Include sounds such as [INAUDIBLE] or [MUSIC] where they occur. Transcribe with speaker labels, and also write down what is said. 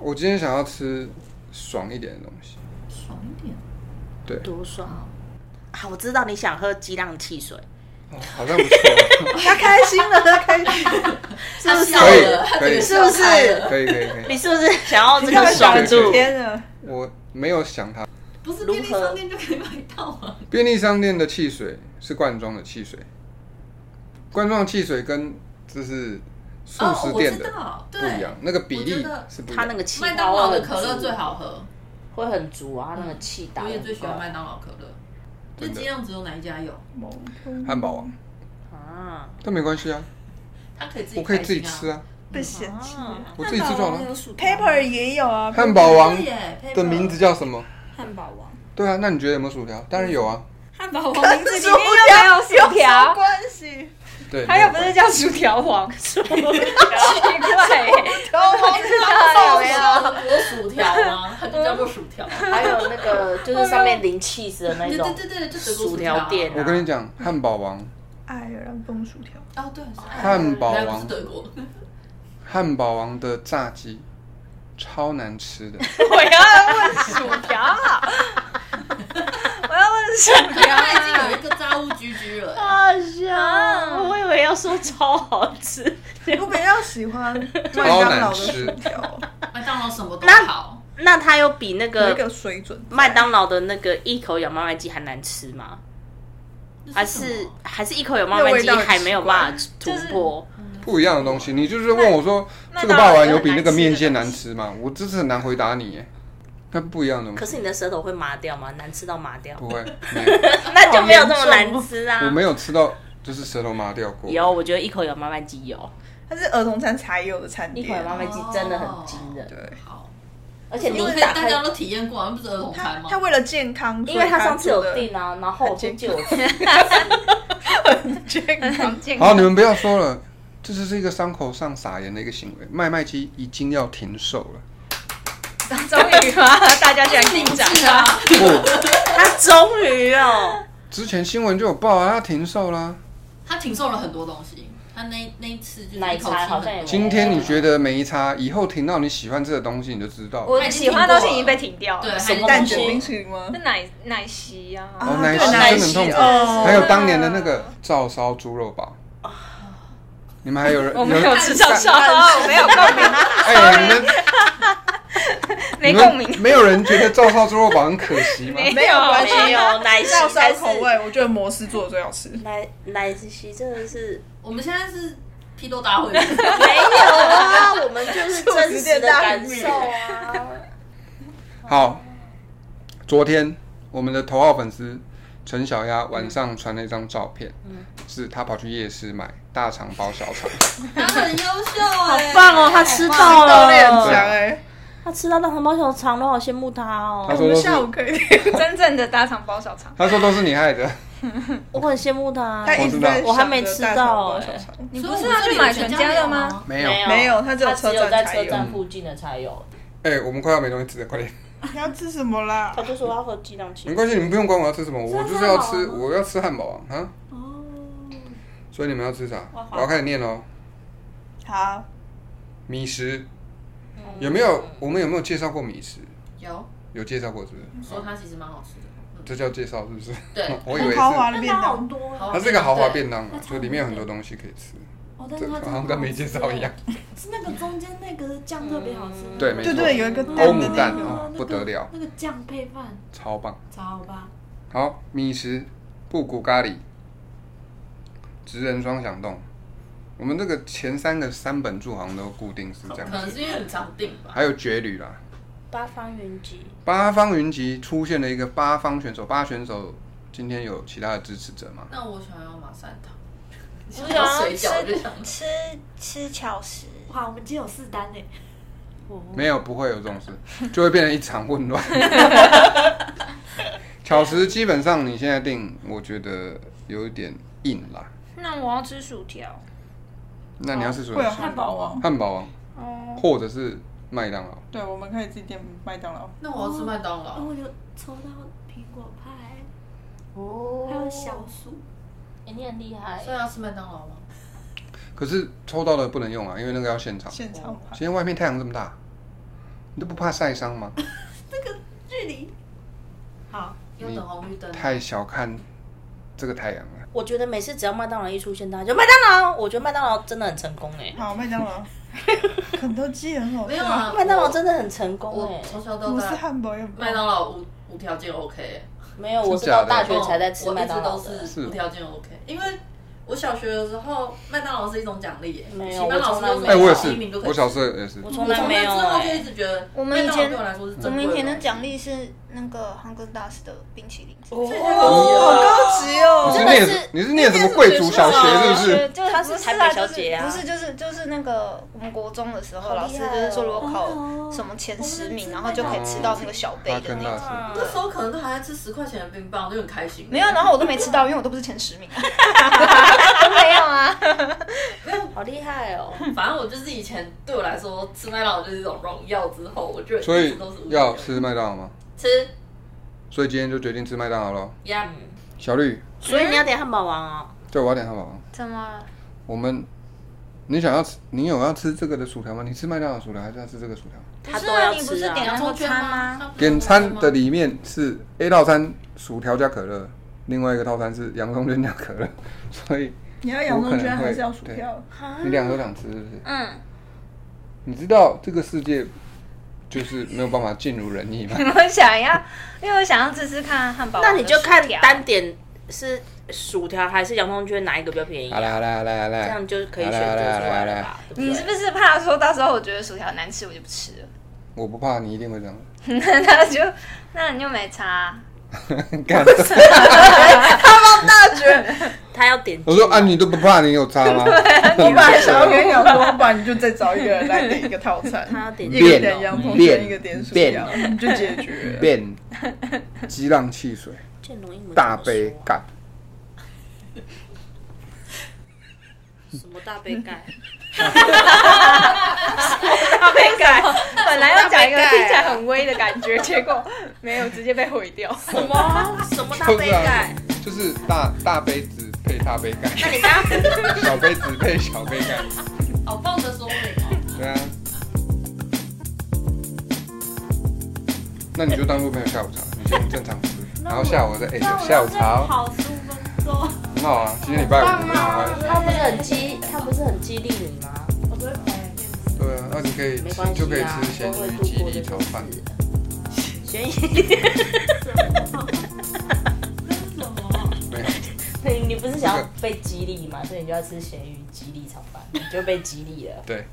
Speaker 1: 我今天想要吃爽一点的东西，
Speaker 2: 爽一点，
Speaker 1: 对，
Speaker 3: 多爽啊！啊，我知道你想喝激浪汽水， [LAUGHS]
Speaker 1: 哦好像不
Speaker 2: [LAUGHS]
Speaker 1: 错，
Speaker 3: 他开心了，他开心了，是不
Speaker 2: 他
Speaker 3: 是？
Speaker 2: 笑了，[LAUGHS]
Speaker 1: 可以
Speaker 2: 他
Speaker 3: 是不是
Speaker 1: 可以可以可以，
Speaker 3: 你是不是想要这
Speaker 1: 你干
Speaker 3: 个
Speaker 1: 嘛想
Speaker 3: 爽
Speaker 1: 了
Speaker 3: 住？
Speaker 1: 几
Speaker 3: 天啊！
Speaker 1: 我没有想它。
Speaker 2: 不是
Speaker 3: 如何
Speaker 2: 便利商店就可以买到吗？
Speaker 1: 便利商店的汽水是罐装的汽水，罐装的汽水跟就是速食店
Speaker 2: 哦我
Speaker 1: 的不
Speaker 2: 知道对
Speaker 1: 一样，那个比
Speaker 2: 我
Speaker 1: 例
Speaker 2: 觉得
Speaker 1: 是不一
Speaker 3: 他
Speaker 1: 样
Speaker 3: 那。个气
Speaker 2: 麦当
Speaker 3: 泡
Speaker 2: 劳
Speaker 3: 会
Speaker 2: 的
Speaker 3: 很
Speaker 2: 可乐
Speaker 3: 足
Speaker 2: 最好喝，
Speaker 3: 会很足啊，它那个气打
Speaker 2: 我
Speaker 3: 得
Speaker 2: 也
Speaker 3: 很
Speaker 2: 最喜欢
Speaker 3: 够
Speaker 2: 麦当劳可乐，
Speaker 1: 真
Speaker 2: 就
Speaker 1: 的
Speaker 2: 尽量只有哪一家有，
Speaker 1: 汉堡王，
Speaker 3: 啊，
Speaker 1: 但没关系啊，
Speaker 2: 它可以自己
Speaker 1: 我可以
Speaker 2: 开
Speaker 1: 自己
Speaker 2: 心啊
Speaker 1: 吃啊，
Speaker 4: 不嫌弃。
Speaker 3: 啊
Speaker 1: 我自己吃就好了。
Speaker 4: Paper 也有啊，
Speaker 1: 汉堡王
Speaker 2: 对耶配
Speaker 1: 的
Speaker 2: 合
Speaker 1: 名字叫什么？
Speaker 5: 汉堡王，
Speaker 1: 对啊，那你觉得有没有薯条？当然有啊，
Speaker 5: 汉堡王名字里面又没有
Speaker 3: [LAUGHS]
Speaker 5: 薯条，
Speaker 4: 关系。
Speaker 1: 对，
Speaker 5: 还有不
Speaker 4: [LAUGHS]
Speaker 5: 是叫薯条王？薯条，奇怪耶，
Speaker 4: 然后
Speaker 2: 到底是有薯条 [LAUGHS] 吗？它就叫做薯条。
Speaker 3: 还有那个就是上面淋气子的那
Speaker 2: 对对
Speaker 3: 种，
Speaker 2: 对对，就德国
Speaker 3: 薯条店啊
Speaker 1: 我跟你讲，汉堡王，
Speaker 4: 爱尔兰风薯条，
Speaker 2: 哦，对，是
Speaker 1: 汉堡
Speaker 2: 原来不是
Speaker 1: 王，
Speaker 2: 德国， [LAUGHS]
Speaker 1: 汉堡王的炸鸡超难吃
Speaker 3: [LAUGHS]
Speaker 1: 的，
Speaker 3: 啊
Speaker 5: 我要问薯条啊，我要问薯
Speaker 2: 它已经有一个炸物居居了。
Speaker 3: 好香！ [LAUGHS] 我以为要说超好吃，
Speaker 4: 我比较喜欢麦当劳的薯条，
Speaker 2: 麦当劳什么都
Speaker 3: 那
Speaker 2: 好，
Speaker 3: 那它有比那
Speaker 4: 那
Speaker 3: 个
Speaker 4: 个水准。
Speaker 3: 麦当劳的那个一口咬慢慢鸡还难吃吗？还
Speaker 2: 那什
Speaker 3: 是
Speaker 2: 么
Speaker 3: 还是一口有慢慢鸡还没有办法突破？
Speaker 1: 不一样的东西。你就是问我说，这个霸王有比那个面线难吃吗？我这是很难回答你耶，那不一样的东西。
Speaker 3: 可是你的舌头会麻掉吗？难吃到麻掉，
Speaker 1: 不会，没有，
Speaker 3: [LAUGHS] 那就没有这么难吃啊
Speaker 1: 我！没有吃到就是舌头麻掉过。
Speaker 3: [LAUGHS] 有，我觉得一口咬慢慢鸡有，
Speaker 4: 它是儿童餐才有的餐
Speaker 3: 一口咬
Speaker 4: 点，
Speaker 3: 慢慢鸡真的很惊人，
Speaker 4: 对，
Speaker 2: 好，
Speaker 3: 而且你
Speaker 2: 因为
Speaker 3: 一打
Speaker 2: 大
Speaker 3: 开
Speaker 2: 家都体验过啊，那不是儿童
Speaker 4: 它
Speaker 2: 餐吗
Speaker 4: 它？为了健康，
Speaker 3: 因为他上次有
Speaker 4: 所以
Speaker 3: 订啊，然后我就借我吃，
Speaker 4: 它做得健康，
Speaker 5: 健
Speaker 1: 好，你们不要说了，这就是一个伤口上撒盐的一个行为。麦麦鸡已经要停售
Speaker 3: [LAUGHS]
Speaker 1: 了，
Speaker 5: [LAUGHS] 终于吗？大家竟然鼓掌
Speaker 2: 是啊，
Speaker 1: 不，
Speaker 3: 他终于哦，
Speaker 1: 哦之前新闻就有报啊，它停售啦。
Speaker 2: 他挺受了很多东西。他那那一次就是
Speaker 3: 奶
Speaker 2: 一口气
Speaker 3: 茶好像也
Speaker 2: 很多
Speaker 1: 今天你觉得没差，以后停到你喜欢吃的东西，你就知道了。
Speaker 5: [LAUGHS] 我喜欢的东西已经被停掉
Speaker 2: 对，
Speaker 5: 了，
Speaker 2: 还是
Speaker 4: 蛋
Speaker 3: 什
Speaker 4: 卷
Speaker 3: 么
Speaker 4: 冰淇淋吗
Speaker 5: 那？奶奶昔啊，
Speaker 1: 哦，
Speaker 4: 对
Speaker 1: 奶
Speaker 4: 奶
Speaker 1: 昔真的很
Speaker 4: 昔
Speaker 1: 痛苦。
Speaker 4: 哦
Speaker 1: 还有当年的那个照烧猪肉堡，你们还有人
Speaker 5: 哦 [LAUGHS] 我没有吃上
Speaker 1: 有
Speaker 5: 烧，我没有共鸣，
Speaker 1: 哎，你们你
Speaker 5: 没
Speaker 1: 们
Speaker 5: 共鸣，
Speaker 1: 没有人觉得照烧猪肉堡很可惜
Speaker 5: [LAUGHS]
Speaker 1: 吗？
Speaker 4: 没有关系，
Speaker 3: 没 [LAUGHS] 有奶昔
Speaker 4: 照
Speaker 3: 才
Speaker 4: 烧
Speaker 3: 是
Speaker 4: 口味，我觉得摩斯做的最好吃。
Speaker 3: 奶奶昔真的是
Speaker 2: 我们现在是批斗大会，
Speaker 3: 没有啊， [LAUGHS] 我们就是真
Speaker 4: 真
Speaker 3: 实
Speaker 4: 实
Speaker 3: 的
Speaker 4: 的
Speaker 3: 感
Speaker 4: 感
Speaker 3: 受
Speaker 4: 受
Speaker 5: [LAUGHS]
Speaker 3: 啊。
Speaker 1: 好，昨天我们的头号粉丝陈小鸭晚上传了一张照片，
Speaker 5: 嗯
Speaker 1: 是他跑去夜市买大肠包小肠，
Speaker 2: 他很优秀哎，
Speaker 3: 棒哦，他吃到
Speaker 4: 教练很强
Speaker 3: 了，
Speaker 4: 哎，
Speaker 3: 他吃到大肠包小肠了，我好羡慕他
Speaker 1: 他
Speaker 3: 哦，
Speaker 4: 我
Speaker 1: 说
Speaker 4: 们
Speaker 1: 都
Speaker 4: 下午
Speaker 1: 是
Speaker 4: 可以，
Speaker 5: 真正的大肠包小肠。
Speaker 1: 他说都是你害的，
Speaker 3: 我很羡慕他
Speaker 4: 他。一直在想着
Speaker 1: 我知道
Speaker 3: 我还没吃
Speaker 4: 大
Speaker 3: 到
Speaker 4: 肠包
Speaker 3: 哎
Speaker 4: 小肠
Speaker 2: 你
Speaker 5: 不是要去买全家的吗？
Speaker 1: 没有。
Speaker 4: 没有他只有车站
Speaker 3: 在
Speaker 4: 才
Speaker 3: 车
Speaker 4: 有
Speaker 3: 站附近的才有。
Speaker 1: 哎，我们快要没东西吃了，快点！
Speaker 4: 你要吃什么啦
Speaker 3: 他？就说要喝鸡蛋清
Speaker 1: 没，关系，你们不用管我要吃什么，我就是要吃，我要吃汉堡王啊！所以你们要吃啥？我要开始念喽。
Speaker 4: 好，
Speaker 1: 米食有没有？我们有没有介绍过米食？
Speaker 2: 有
Speaker 1: 有介绍过是不是？啊
Speaker 2: 说它其实蛮好吃的，嗯
Speaker 1: 这叫介绍是不是？
Speaker 2: 对，
Speaker 1: [LAUGHS] 我以为是。
Speaker 4: 豪华的便
Speaker 3: 好
Speaker 4: 当，
Speaker 3: 多
Speaker 2: 好
Speaker 1: 它是一个豪华
Speaker 2: 对
Speaker 1: 便当啊，就里面有很多东西可以吃，
Speaker 6: 哦，但
Speaker 1: 这
Speaker 6: 是它
Speaker 1: 好
Speaker 6: 真的
Speaker 1: 像跟没介绍一样。
Speaker 6: 是那个中间那个酱特别好吃。
Speaker 1: 对，没
Speaker 4: 对
Speaker 1: 错，
Speaker 4: 对，有一个
Speaker 1: 欧
Speaker 4: 蛋
Speaker 1: 姆
Speaker 4: 的那
Speaker 1: 蛋
Speaker 4: 个，
Speaker 1: 哦，不得了，
Speaker 6: 那个酱配饭，
Speaker 1: 超棒。
Speaker 6: 超吧。
Speaker 1: 好，米食布谷咖喱，职人双响动。我们这个前三个三本柱好像都固定是这
Speaker 2: 可
Speaker 1: 样
Speaker 2: 能
Speaker 1: 子，
Speaker 2: 是因为你常订吧。
Speaker 1: 还有绝旅啦，
Speaker 3: 八方云集，
Speaker 1: 八方云集出现了一个八方选手，八选手今天有其他的支持者吗？
Speaker 2: 那我想要马三汤，
Speaker 5: 我
Speaker 2: 想
Speaker 5: 想要
Speaker 2: 要
Speaker 5: 吃
Speaker 2: 水饺就想
Speaker 5: [LAUGHS] 吃吃巧食，
Speaker 6: 哇，我们今天有四单呢。
Speaker 1: 没有，不会有这种事，就会变成一场混乱。 [LAUGHS] 巧食基本上你现在定，我觉得有一点硬啦。
Speaker 5: 那我要吃薯条。
Speaker 1: 那你要是说
Speaker 4: 哦会有汉堡王。
Speaker 5: 嗯
Speaker 1: 汉堡王，
Speaker 5: 哦，
Speaker 1: 或者是麦当劳，
Speaker 4: 对，我们可以自己点麦当劳。
Speaker 2: 那我要吃麦当
Speaker 1: 啊
Speaker 6: 然后
Speaker 2: 劳，
Speaker 6: 我就抽到苹果派，
Speaker 3: 哦
Speaker 6: 还有小薯。
Speaker 3: 哎你很厉害
Speaker 2: 所以要吃麦当劳吗？
Speaker 1: 可是抽到的不能用啊，因为那个要现场。
Speaker 5: 哦
Speaker 4: 现场
Speaker 1: 今天外面太阳这么大，你都不怕晒伤吗？ [LAUGHS]
Speaker 6: 距离
Speaker 2: 好，又等红绿灯，
Speaker 1: 太小看这个太阳了。
Speaker 3: 我觉得每次只要麦当劳一出现，大家就麦当劳。我觉得麦当劳真的很成功哎、
Speaker 4: 好，麦当
Speaker 5: [LAUGHS]
Speaker 4: 劳、肯德基很好吃，
Speaker 2: 没有啊，
Speaker 3: 麦当劳真的很成功哎、
Speaker 2: 我从小到
Speaker 4: 不是
Speaker 2: 大
Speaker 4: 汉堡也不
Speaker 2: 麦当劳无无条件 OK，
Speaker 3: 没有，我是
Speaker 1: 真假
Speaker 3: 到
Speaker 1: 的
Speaker 3: 大学哦才在吃麦当劳
Speaker 2: 我一直
Speaker 3: 的
Speaker 2: 都。
Speaker 1: 是
Speaker 2: 是无条件 OK，因为我小学的时候麦当劳是一种奖励耶，
Speaker 3: 没有
Speaker 2: 喜欢老师都
Speaker 3: 我
Speaker 2: 说
Speaker 3: 从来
Speaker 1: 哎，
Speaker 3: 没
Speaker 1: 我
Speaker 3: 有
Speaker 1: 也
Speaker 2: 第一名
Speaker 1: 是
Speaker 2: 都，可以
Speaker 1: 我小时候也是。
Speaker 3: 我从
Speaker 2: 我
Speaker 3: 来
Speaker 2: 从
Speaker 3: 没有
Speaker 2: 那之后
Speaker 3: 哎、
Speaker 2: 就一直觉得
Speaker 5: 我们以
Speaker 2: 麦当劳
Speaker 5: 前
Speaker 2: 对我来说是珍
Speaker 5: 我
Speaker 2: 贵
Speaker 5: 们以前的
Speaker 2: 东西
Speaker 5: 奖励是那个 Hunger Dust 的冰淇淋，
Speaker 1: 哦
Speaker 4: 好高级
Speaker 1: 你是
Speaker 4: 哦。
Speaker 1: 念
Speaker 3: 真的是
Speaker 1: 你是念什么贵族小学是不是？
Speaker 5: 就是
Speaker 3: 她
Speaker 5: 不
Speaker 3: 是
Speaker 5: 是
Speaker 3: 台北
Speaker 5: 啊
Speaker 3: 小姐啊
Speaker 5: 就是不是就是就是那个我们国中的时候，
Speaker 3: 好
Speaker 5: 老
Speaker 3: 厉
Speaker 5: 师
Speaker 3: 害
Speaker 5: 就是说
Speaker 3: 哦
Speaker 5: 如果考
Speaker 6: 哦
Speaker 5: 什么前
Speaker 6: 我
Speaker 5: 十
Speaker 6: 们
Speaker 5: 名，
Speaker 6: 吃
Speaker 5: 然后就可以吃到那个小杯的
Speaker 1: 跟
Speaker 5: 那种。
Speaker 1: 那
Speaker 2: 那时候可能都还在吃十块钱的冰棒，就很开心。
Speaker 5: 没有，然后我都没吃到，因为我都不是前
Speaker 3: [LAUGHS]
Speaker 5: 十名，都没有啊。
Speaker 3: 好厉害哦！
Speaker 2: 反正我就是以前对我来说吃麦当劳就是一种荣耀，之后我觉得
Speaker 1: 所
Speaker 2: 一
Speaker 1: 以
Speaker 2: 直都是无条
Speaker 1: 要
Speaker 2: 件
Speaker 1: 吃麦当劳吗？
Speaker 2: 吃
Speaker 1: 所以今天就决定吃麦当劳喽。
Speaker 2: 呀，
Speaker 1: 小绿，
Speaker 3: 所以你要点汉堡王哦。
Speaker 1: 对，我要点汉堡王。
Speaker 5: 怎么了？
Speaker 1: 我们，你想要吃？你有要吃这个的薯条吗？你吃麦当劳薯条还是要吃这个薯条？
Speaker 3: 他
Speaker 5: 不
Speaker 3: 都
Speaker 5: 是啊
Speaker 3: 要
Speaker 5: 你不
Speaker 3: 吃
Speaker 5: 是
Speaker 3: 啊！
Speaker 5: 点
Speaker 2: 洋葱圈
Speaker 5: 洋葱圈
Speaker 2: 吗？
Speaker 1: 点餐的里面是 A 套餐薯条加可乐，另外一个套餐是洋葱圈加可乐， [LAUGHS] 所以
Speaker 4: 你要洋葱圈还是要薯条？
Speaker 1: 你两个都想吃是不
Speaker 3: 啊
Speaker 1: 是？
Speaker 5: 嗯，
Speaker 1: 你知道这个世界就是没有办法尽如人意
Speaker 3: [LAUGHS]
Speaker 1: 吗？
Speaker 5: 我想要，因为我想要试试看汉堡王
Speaker 3: 那
Speaker 5: 的
Speaker 3: 你
Speaker 5: 薯条。
Speaker 3: 就看单点是薯条还是洋葱圈哪一个比较便宜
Speaker 1: 好
Speaker 3: 啊、
Speaker 1: 啦好啦好啦好啦，
Speaker 3: 这样就可以
Speaker 1: 好
Speaker 3: 选
Speaker 1: 啦
Speaker 3: 择
Speaker 1: 好啦好
Speaker 3: 出
Speaker 1: 啦
Speaker 3: 来
Speaker 1: 好
Speaker 3: 了
Speaker 1: 啦
Speaker 3: 吧？对不对
Speaker 5: 你是不是怕说到时候我觉得薯条难吃，我就不吃了？ [LAUGHS]
Speaker 1: 我不怕你一定会这
Speaker 3: [LAUGHS]
Speaker 1: 样。
Speaker 5: 那就那你就没差啊、
Speaker 1: 干
Speaker 5: 大学
Speaker 3: 他要点
Speaker 1: 我说啊，你都不怕，你有差
Speaker 3: [LAUGHS]
Speaker 1: 吗？
Speaker 3: 啊
Speaker 4: 我本来想要跟你讲说，不然你就再找一个人来点一个套
Speaker 5: [LAUGHS]
Speaker 4: 餐，
Speaker 3: 他要点
Speaker 4: 一个
Speaker 1: 变
Speaker 4: 点洋葱圈，一个点薯条，
Speaker 1: 变
Speaker 5: 哦
Speaker 4: 你就解决了。
Speaker 1: [LAUGHS] 变 [LAUGHS] 激浪汽水
Speaker 3: 建龙英文
Speaker 1: 大杯
Speaker 3: 盖，
Speaker 1: 干，
Speaker 3: 什么大杯盖？
Speaker 5: 大杯改，本 [LAUGHS] 来
Speaker 4: [LAUGHS]
Speaker 5: 要讲一个听起来很威的感觉，结果没有，直接被毁掉。
Speaker 3: 啊什么什么大杯
Speaker 1: 啊
Speaker 3: 盖？
Speaker 1: 就是大大杯子配大杯盖，
Speaker 3: 那你刚刚
Speaker 1: 小杯子配小杯盖，
Speaker 2: 好棒的说明哦！
Speaker 1: 对啊。那你就当做没有下午茶，你先正常吃，然后下午再哎有下午茶哦，
Speaker 6: 跑十五分钟， [LAUGHS]
Speaker 1: 很好啊，今天礼拜五，很好啊，
Speaker 3: 他不是很激，他不是很激励你吗？
Speaker 6: 我昨天跑两遍。
Speaker 1: 对啊，那你可以
Speaker 3: 没
Speaker 1: 吃
Speaker 3: 关系
Speaker 1: 就可以
Speaker 3: 啊
Speaker 1: 吃，咸
Speaker 3: 都会
Speaker 1: 鱼
Speaker 3: 度
Speaker 1: 鸡
Speaker 3: 过这
Speaker 1: 粒
Speaker 3: 个
Speaker 1: 炒饭，
Speaker 3: 事。咸鱼，
Speaker 6: 什么？
Speaker 1: 没有。
Speaker 3: 你你不是想要被激励吗？所以你就要吃咸鱼激励炒饭，你就被激励了。
Speaker 1: 对，